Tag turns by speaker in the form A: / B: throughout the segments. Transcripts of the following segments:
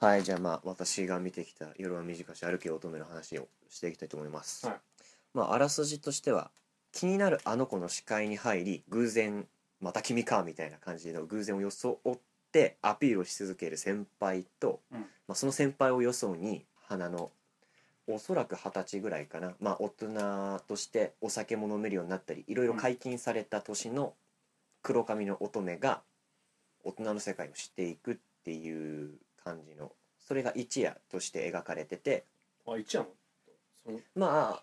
A: はいじゃあまあ私が見てきた「夜は短し歩け乙女」の話をしていきたいと思います、
B: はい
A: まああらすじとしては気になるあの子の視界に入り偶然「また君か」みたいな感じの偶然を装ってアピールをし続ける先輩と、
B: うん
A: まあ、その先輩をよそうに花のおそらく二十歳ぐらいかな、まあ、大人としてお酒も飲めるようになったりいろいろ解禁された年の黒髪の乙女が大人の世界を知っていくっていう感じのそれが一夜として描かれてて
B: あ一夜もその
A: まあ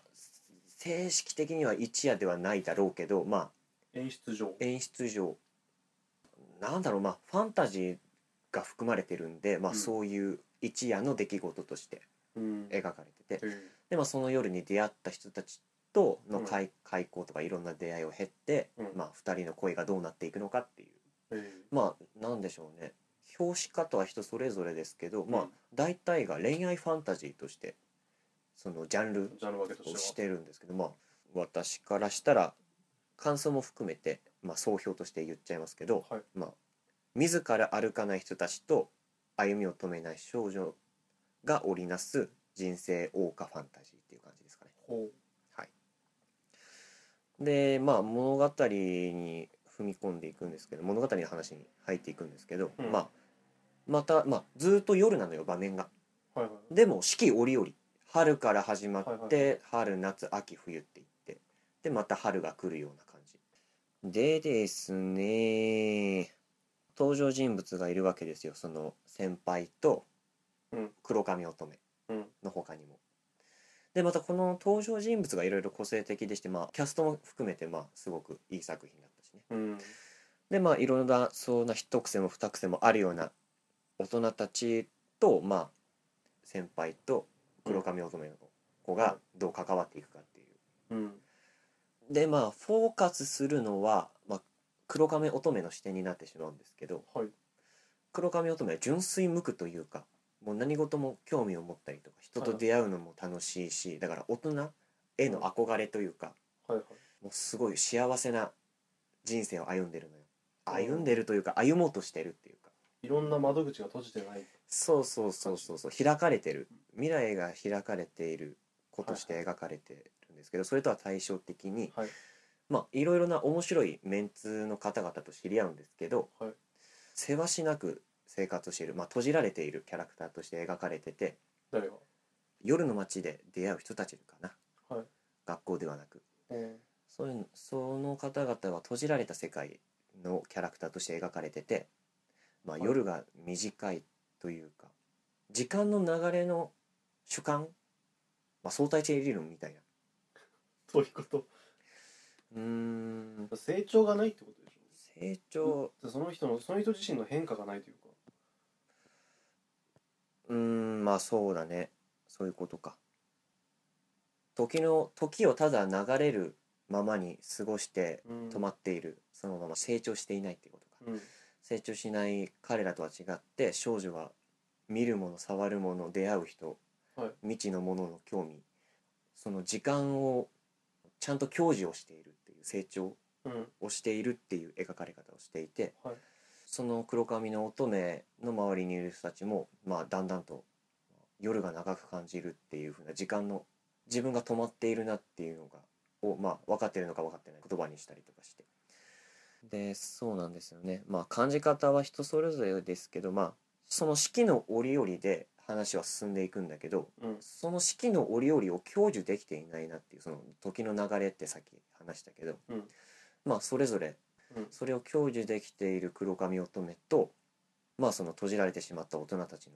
A: 正式的には一夜ではないだろうけどまあ
B: 演出上
A: 演出上なんだろうまあファンタジーが含まれてるんで、まあ、
B: うん
A: そういう一夜の出来事として
B: うん
A: 描かれてて、
B: え
A: で、まあ、その夜に出会った人たちとの開,、開口とかいろんな出会いを経って、
B: うん
A: まあ、2人の恋がどうなっていくのかっていう
B: ええ
A: まあなんでしょうね表紙方は人それぞれですけど、
B: え
A: まあ、大体が恋愛ファンタジーとしてそのジャンル
B: ジャンル分けと
A: をし
B: して
A: てるんですけどまあ私からしたら感想も含めて、まあ、総評として言っちゃいますけど、
B: はい
A: まあ、自ら歩かない人たちと歩みを止めない少女が織りなす人生謳歌ファンタジーっていう感じですかね。
B: ほ
A: でまあ物語に踏み込んでいくんですけど物語の話に入っていくんですけど、
B: うん
A: まあまた、まあ、ずっと夜なのよ場面が。
B: うはいはい
A: でも四季折々春から始まって、
B: はい
A: 春夏秋冬っていってでまた春が来るような感じでですね登場人物がいるわけですよその先輩と
B: うん
A: 黒髪乙女
B: うん
A: の他にも、でまたこの登場人物がいろいろ個性的でして、まあ、キャストも含めて、まあ、すごくいい作品だったしね
B: うん
A: でまあいろんなそうな一癖も二癖もあるような大人たちとまあ先輩と黒髪乙女の子がどう関わっていくかっていう。
B: うん
A: でまあフォーカスするのは、まあ、黒髪乙女の視点になってしまうんですけど
B: はい
A: 黒髪乙女は純粋無垢というかもう何事も興味を持ったりとか人と出会うのも楽しいしだから大人への憧れというか
B: はいはい
A: もうすごい幸せな人生を歩んでるのよ
B: うん
A: 歩んでるというか歩もうとしてるっていうか
B: いろんな窓口が閉じてない
A: そうそうそうそうそう開かれてる未来が開かれていることして描かれてるんですけどそれとは対照的に
B: はい
A: まあいろいろな面白いメンツの方々と知り合うんですけど
B: はい
A: せわしなく生活をしているまあ閉じられているキャラクターとして描かれてて
B: 誰が
A: 夜の街で出会う人たちかな
B: はい
A: 学校ではなく
B: え
A: そういうのその方々は閉じられた世界のキャラクターとして描かれてて、まあ、
B: はい
A: 夜が短いというか時間の流れの主観、まあ、相対性理論みたいな
B: え そういうこと
A: うーん
B: 成長がないってことでし
A: 成長
B: ょでその人のその人自身の変化がないというか
A: うーんまあそうだねそういうことか時の時をただ流れるままに過ごして
B: うん
A: 止まっている、そのまま成長していないっていうことか
B: うん
A: 成長しない彼らとは違って少女は見るもの触るもの出会う人、
B: はい
A: 未知のものの興味その時間をちゃんと享受をしているっていう成長
B: うん
A: をしているっていう描かれ方をしていて
B: はい
A: その黒髪の乙女の周りにいる人たちも、まあ、だんだんと夜が長く感じるっていう風な時間の自分が止まっているなっていうのがを、まあ、分かってるのか分かってない言葉にしたりとかしてでそうなんですよねまあ感じ方は人それぞれですけどまあその四季の折々で話は進んでいくんだけど
B: うん
A: その四季の折々を享受できていないなっていうその時の流れってさっき話したけど、
B: うん
A: まあそれぞれ
B: うん
A: それを享受できている黒髪乙女とまあその閉じられてしまった大人たちの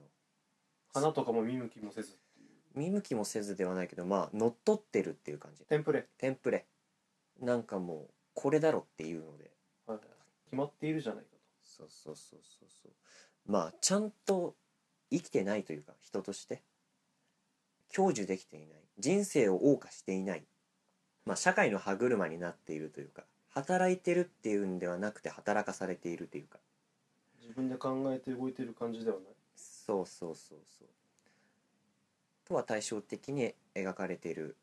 B: 花とかも見向きもせずっていう
A: 見向きもせずではないけどまあ乗っ取ってるっていう感じ
B: テンプレ
A: テンプレなんかもうこれだろっていうので
B: はい決まっているじゃないか
A: そうそうそうそうそうまあちゃんと生きてないというか人として享受できていない人生を謳歌していないまあ社会の歯車になっているというか働いてるっていうんではなくて働かされているというか
B: と自分で考えて動いてる感じではない
A: そうそうそうそうとは対照的に描かれている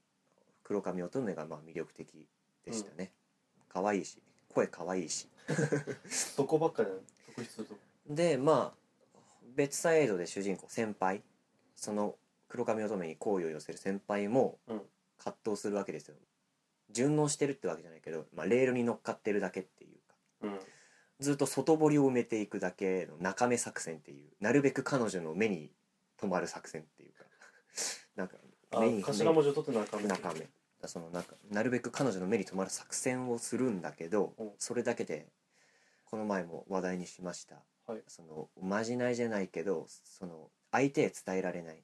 A: 黒髪乙女がまあ魅力的でしたね、可愛いし声可愛いし
B: そこばっかじゃない特筆するとこ
A: でまあ別サイドで主人公先輩その黒髪乙女に好意を寄せる先輩も
B: うん
A: 葛藤するわけですよ順応してるってわけじゃないけど、まあ、レールに乗っかってるだけっていうか
B: うん
A: ずっと外堀を埋めていくだけの中目作戦っていうなるべく彼女の目に留まる作戦っていうか なんか
B: あ
A: 目に
B: 頭文字を取って中目
A: 中目そのなんかなるべく彼女の目に留まる作戦をするんだけど、
B: うん
A: それだけでこの前も話題にしました、
B: はい
A: そのおまじないじゃないけどその相手へ伝えられない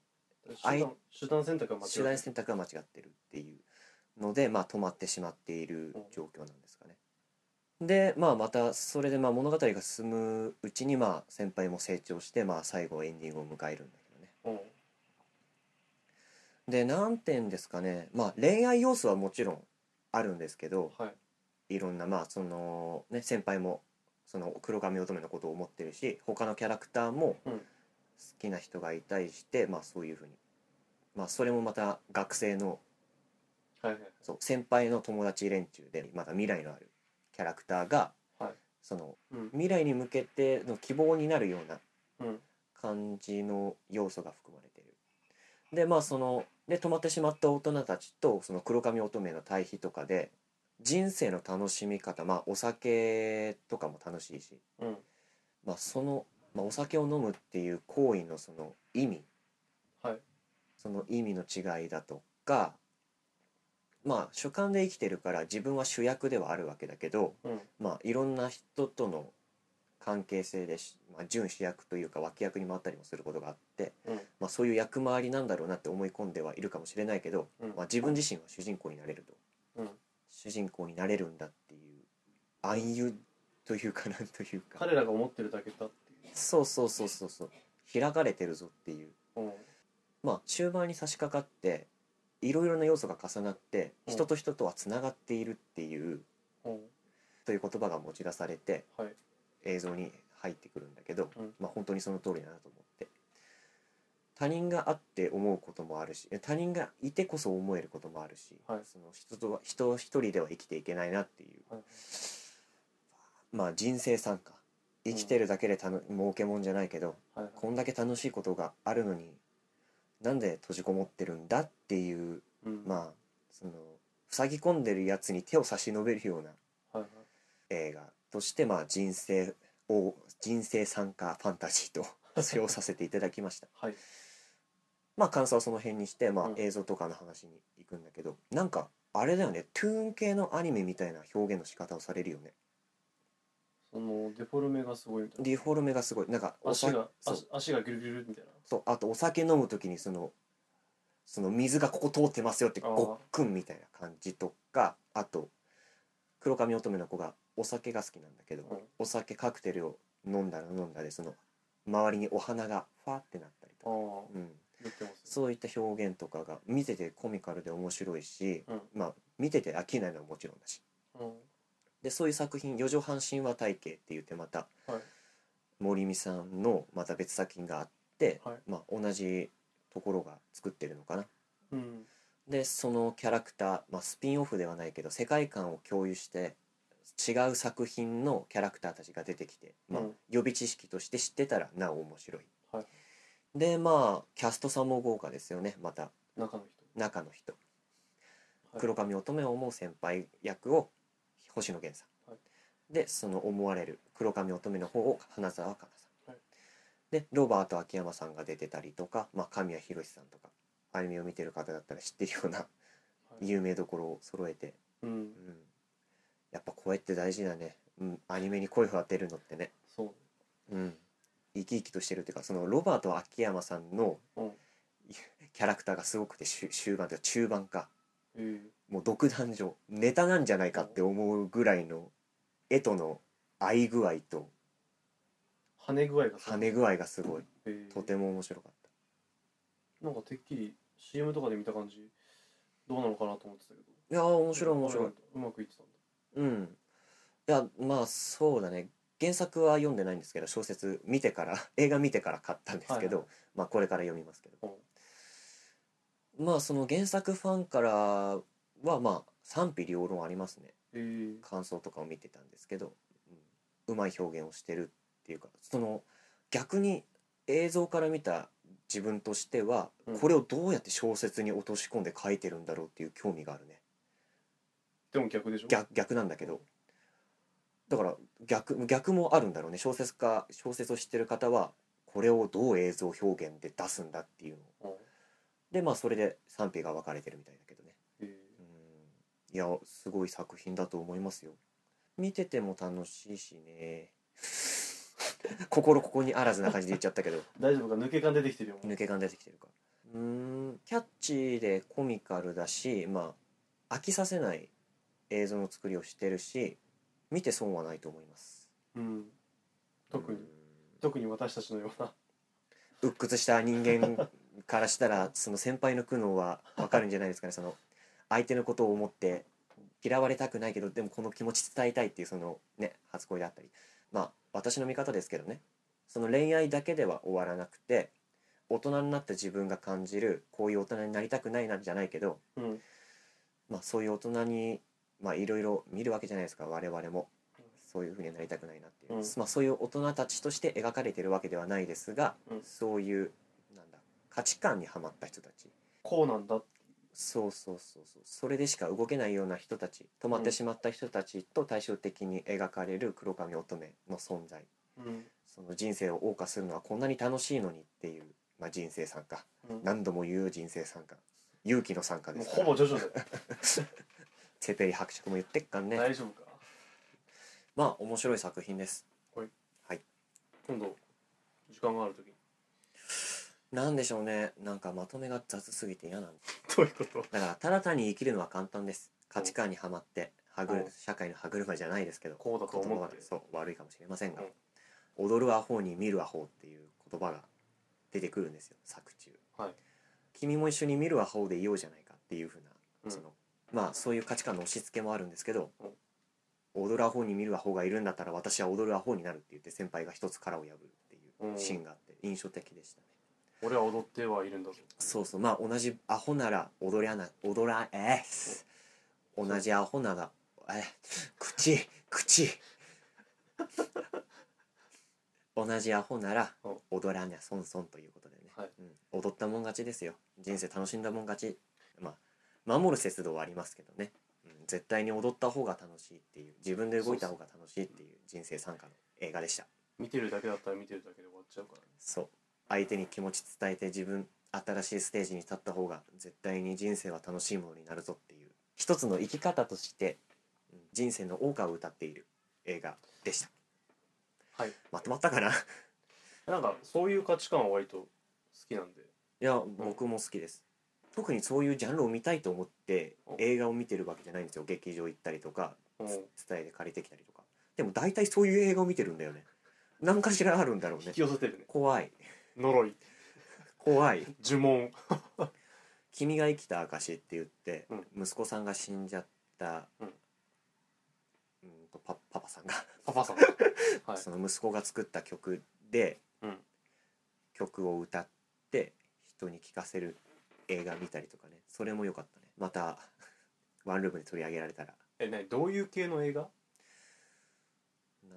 A: あ
B: 手
A: い
B: 段手段選択が間違
A: 手
B: え
A: 段
B: て
A: 選択が間違ってるっていうので、まあ、止まってしまっている状況なんですかね。で、まあ、またそれでまあ物語が進むうちにまあ先輩も成長してまあ最後エンディングを迎えるんだけどね。
B: うん
A: で何点ですかね、まあ、恋愛要素はもちろんあるんですけど
B: はい
A: いろんなまあその、ね、先輩もその黒髪乙女のことを思ってるし他のキャラクターも
B: うん
A: 好きな人がいたりして、まあそういうふうに、まあ、それもまた学生の
B: はいはい
A: そう先輩の友達連中でまだ未来のあるキャラクターが、
B: はい
A: その
B: うん
A: 未来に向けての希望になるような
B: うん
A: 感じの要素が含まれてるでまあそので止まってしまった大人たちとその黒髪乙女の対比とかで人生の楽しみ方まあお酒とかも楽しいし、
B: うん
A: まあ、その、まあ、お酒を飲むっていう行為のその意味
B: はい
A: その意味の違いだとかまあ主観で生きてるから自分は主役ではあるわけだけど、
B: うん
A: まあ、いろんな人との関係性でし、まあ、準主役というか脇役に回ったりもすることがあって、
B: うん
A: まあ、そういう役回りなんだろうなって思い込んではいるかもしれないけど、
B: うん
A: まあ、自分自身は主人公になれると
B: うん
A: 主人公になれるんだっていう暗誘というかなんというか
B: 彼らが思ってるだけだってい
A: そうそうそうそうそう開かれてるぞっていう
B: ううん
A: まあ中盤に差し掛かっていろいろな要素が重なって
B: うん
A: 人と人とはつながっているっていう
B: うん
A: という言葉が持ち出されて
B: はい
A: 映像に入ってくるんだけど、
B: うん
A: まあ本当にその通りだなと思って他人があって思うこともあるし他人がいてこそ思えることもあるし、
B: はい
A: その人とは人一人では生きていけないなっていう、
B: はい
A: まあ人生参加生きてるだけでたの儲けもんじゃないけど
B: はいはい
A: こんだけ楽しいことがあるのになんで閉じこもってるんだっていう
B: うん
A: まあその塞ぎ込んでるやつに手を差し伸べるような
B: はいはい
A: 映画として、まあ、人生を人生参加ファンタジー と使用させていただきました
B: はい
A: まあ感想はその辺にして、まあ
B: う、ん
A: 映像とかの話に行くんだけど、なんかあれだよねトゥーン系のアニメみたいな表現の仕方をされるよね
B: そのデフォルメがすごいみたい
A: デフォルメがすごいなんかお
B: な足
A: 酒
B: が
A: そう
B: 足足がギュルギュルみたいな
A: そうあとお酒飲む時にそのその水がここ通ってますよって
B: あー
A: ごっくんみたいな感じとかあと黒髪乙女の子がお酒が好きなんだけど、
B: うん
A: お酒カクテルを飲んだら飲んだでその周りにお花がファーってなったりと
B: あ
A: か、
B: あ
A: うん、
B: 言ってます
A: そういった表現とかが見ててコミカルで面白いし、
B: うん
A: まあ見てて飽きないのはもちろんだし
B: うん
A: でそういう作品「四畳半神話体系」って言ってまた、
B: はい
A: 森美さんのまた別作品があって、
B: はい
A: まあ、同じところが作ってるのかな。
B: うん
A: でそのキャラクター、まあ、スピンオフではないけど世界観を共有して違う作品のキャラクターたちが出てきて、まあ
B: うん
A: 予備知識として知ってたらなお面白い。
B: はい
A: でまあキャストさんも豪華ですよねまた
B: 中の
A: 中の人、
B: はい
A: 黒髪乙女を思う先輩役を星野源さん、
B: はい
A: でその思われる黒髪乙女の方を花澤香菜さん、
B: はい
A: でロバート秋山さんが出てたりとか、まあ、神谷浩史さんとかアニメを見てる方だったら知ってるような
B: 人はい
A: 有名どころを揃えて、
B: う
A: うんん、やっぱ声って大事だね、うん、アニメに声を当てるのってね
B: そう
A: うん生き生きとしてるっていうかそのロバート秋山さんの
B: うん
A: キャラクターがすごくて終終盤というか中盤か
B: ええ
A: もう独壇場ネタなんじゃないかって思うぐらいの絵との合い具合と
B: 跳ね具合がすご
A: 跳
B: い
A: ね具合がすごい
B: ええ
A: とても面白かっ
B: なんかてっきり CM とかで見た感じどうなのかなと思ってたけど
A: たいやー面白い面白いう
B: まくいってたんだ
A: うんいやまあそうだね原作は読んでないんですけど小説見てから 映画見てから買ったんですけど、
B: は
A: まあこれから読みますけど
B: うん
A: まあその原作ファンからはまあ賛否両論ありますね
B: えー、
A: 感想とかを見てたんですけど、うんうまい表現をしてるっていうかその逆に映像から見た自分としては、
B: うん
A: これをどうやって小説に落とし込んで書いてるんだろうっていう興味があるね
B: でも逆でしょ
A: 逆逆なんだけどだから逆逆もあるんだろうね小説家小説を知ってる方はこれをどう映像表現で出すんだっていうのを
B: あー
A: でまあそれで賛否が分かれてるみたいだけどね
B: えー
A: うんいやすごい作品だと思いますよ見てても楽しいしね 心ここにあらずな感じで言っちゃったけど
B: 大丈夫か抜け感出てきてるよもう
A: 抜け感出てきてるかうーんキャッチーでコミカルだしまあ飽きさせない映像の作りをしてるし見て損はないと思います
B: うん特に
A: うん
B: 特に私たちのような
A: 鬱屈した人間からしたらその先輩の苦悩は分かるんじゃないですかねその相手のことを思って嫌われたくないけどでもこの気持ち伝えたいっていうそのね初恋だったりまあ私の見方ですけどねその恋愛だけでは終わらなくて大人になった自分が感じるこういう大人になりたくないなんじゃないけど、
B: うん
A: まあ、そういう大人にまあいろいろ見るわけじゃないですか我々もそういうふうになりたくないなっていう、
B: うん
A: まあ、そういう大人たちとして描かれてるわけではないですが、
B: うん
A: そういうなんだ価値観にはまった人たち
B: こうなんだ
A: そうそうそうそうそれでしか動けないような人たち止まっ
B: う
A: て
B: ん
A: しまった人たちと対照的に描かれる黒髪乙女の存在
B: うん
A: その人生を謳歌するのはこんなに楽しいのにっていう、まあ、人生参加
B: うん
A: 何度も言う人生参加勇気の参加で
B: もう
A: すか
B: ほ
A: ら
B: ぼジョジョだよ
A: セペリ伯爵も言ってっからね、
B: 大丈夫か
A: まあ面白い作品です
B: 今度時間がある 時に
A: なんでしょうねなんかまとめが雑すぎて嫌なん
B: どういうこと
A: だからただ単に生きるのは簡単です価値観にはまって歯
B: う
A: 車
B: ん
A: 社会の歯車じゃないですけど
B: こうだと
A: 言葉
B: 思っ
A: は
B: て
A: そう悪いかもしれませんが、踊るアホに見るアホっていう言葉が出てくるんですよ作中
B: はい
A: 君も一緒に見るアホでいようじゃないかっていうふうな、
B: うん
A: そのまあそういう価値観の押し付けもあるんですけど、
B: うん
A: 踊るアホに見るアホがいるんだったら私は踊るアホになるって言って先輩が一つ殻を破るっていうシーンがあって印象的でしたね、
B: 俺は踊ってはいるんだぞ
A: そうそうまあ同じアホなら踊りゃな踊らえー同じアホならえー口口同じアホなら
B: お
A: 踊らにゃ損損ということでね、
B: はい
A: うん、踊ったもん勝ちですよ人生楽しんだもん勝ちまあ守る節度はありますけどね、うん、絶対に踊った方が楽しいっていう自分で動いた方が楽しいっていう人生参加の映画でした
B: 見てるだけだったら見てるだけで終わっちゃうからね
A: そう相手に気持ち伝えて自分新しいステージに立った方が絶対に人生は楽しいものになるぞっていう一つの生き方としてうん人生の謳歌を歌っている映画でした
B: はい
A: まとまったかな い
B: なんかそういう価値観は割と好きなんで
A: や僕も好きです特にそういうジャンルを見たいと思って
B: お
A: 映画を見てるわけじゃないんですよ劇場行ったりとか
B: もう
A: スタイで借りてきたりとかでも大体そういう映画を見てるんだよね何かしらあるんだろう
B: 引
A: ね
B: き寄せてるね
A: 怖い
B: 呪い
A: 怖い
B: 呪文
A: 「君が生きた証」って言って、
B: う
A: 息子さんが死んじゃった、
B: うん
A: うんとパパパさんが、
B: パ パさんはい
A: その息子が作った曲で、
B: うん
A: 曲を歌って人に聴かせる映画見たりとかねそれも良かったねまた ワンルームで取り上げられたら
B: え何どういう系の映画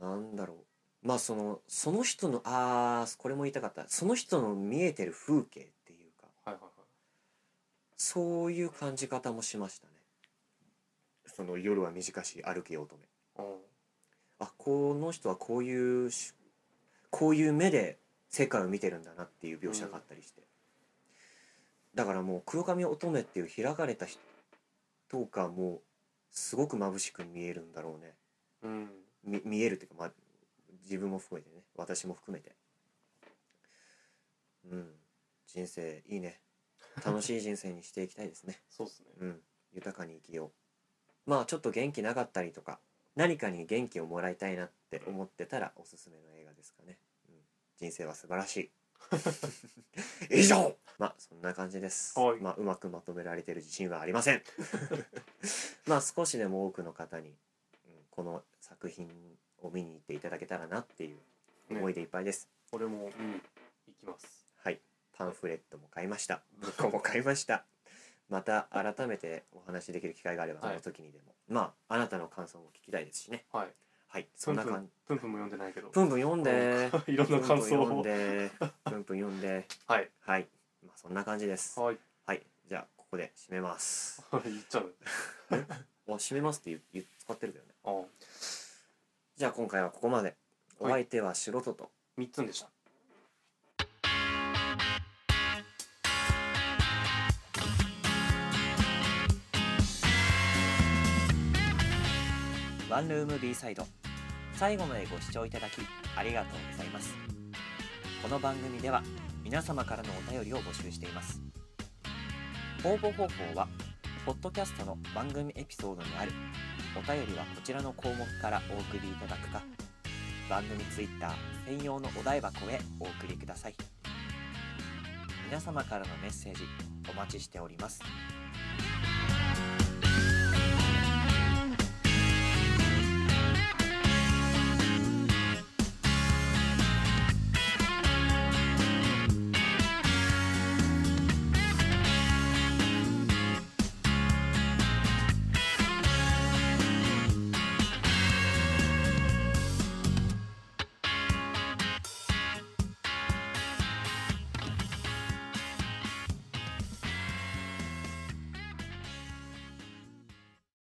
A: なんだろうまあそのその人のあーこれも言いたかったその人の見えてる風景っていうか
B: はいはいはい
A: そういう感じ方もしましたねその夜は短し歩けよ乙女
B: うん
A: あこの人はこういうしこういう目で世界を見てるんだなっていう描写があったりして、だからもう黒髪乙女っていう開かれた人がもうすごく眩しく見えるんだろうね
B: うん
A: み見えるっていうか、まあ、自分も含めてね私も含めてうん人生いいね楽しい人生にしていきたいですね
B: そうっすね
A: うん、豊かに生きようまあちょっと元気なかったりとか何かに元気をもらいたいなって思ってたらおすすめの映画ですかね、うん、人生は素晴ら しい以上まあそんな感じです、
B: はい
A: まあ、うまくまとめられてる自信はありま せんまあ少しでも多くの方に、うん、この作品を見に行っていただけたらなっていう思い
B: ね
A: でいっぱいです、
B: 俺も見に行きます
A: はいパンフレットも買いました文庫も買いましたまた改めてお話しできる機会があればそ
B: はい
A: の時にでも、まああなたの感想も聞きたいですしね
B: はい
A: はいそんな感じ
B: プンプンも読んでないけど
A: プンプン読んで
B: いろんな感想
A: プンプン読ん
B: を
A: でプンプン読んで
B: はい
A: はい、まあ、そんな感じです
B: はい
A: はいじゃあここで締めます
B: 言っちゃう
A: お締めますって言う言う使ってるけどね
B: あ
A: じゃあ今回はここまでお相手は素人と、
B: 3つんでした
A: ワンルーム B サイド最後までご視聴いただきありがとうございますこの番組では皆様からのお便りを募集しています応募方法はポッドキャストの番組エピソードにあるお便りはこちらの項目からお送りいただくか番組ツイッター専用のお台箱へお送りください皆様からのメッセージお待ちしております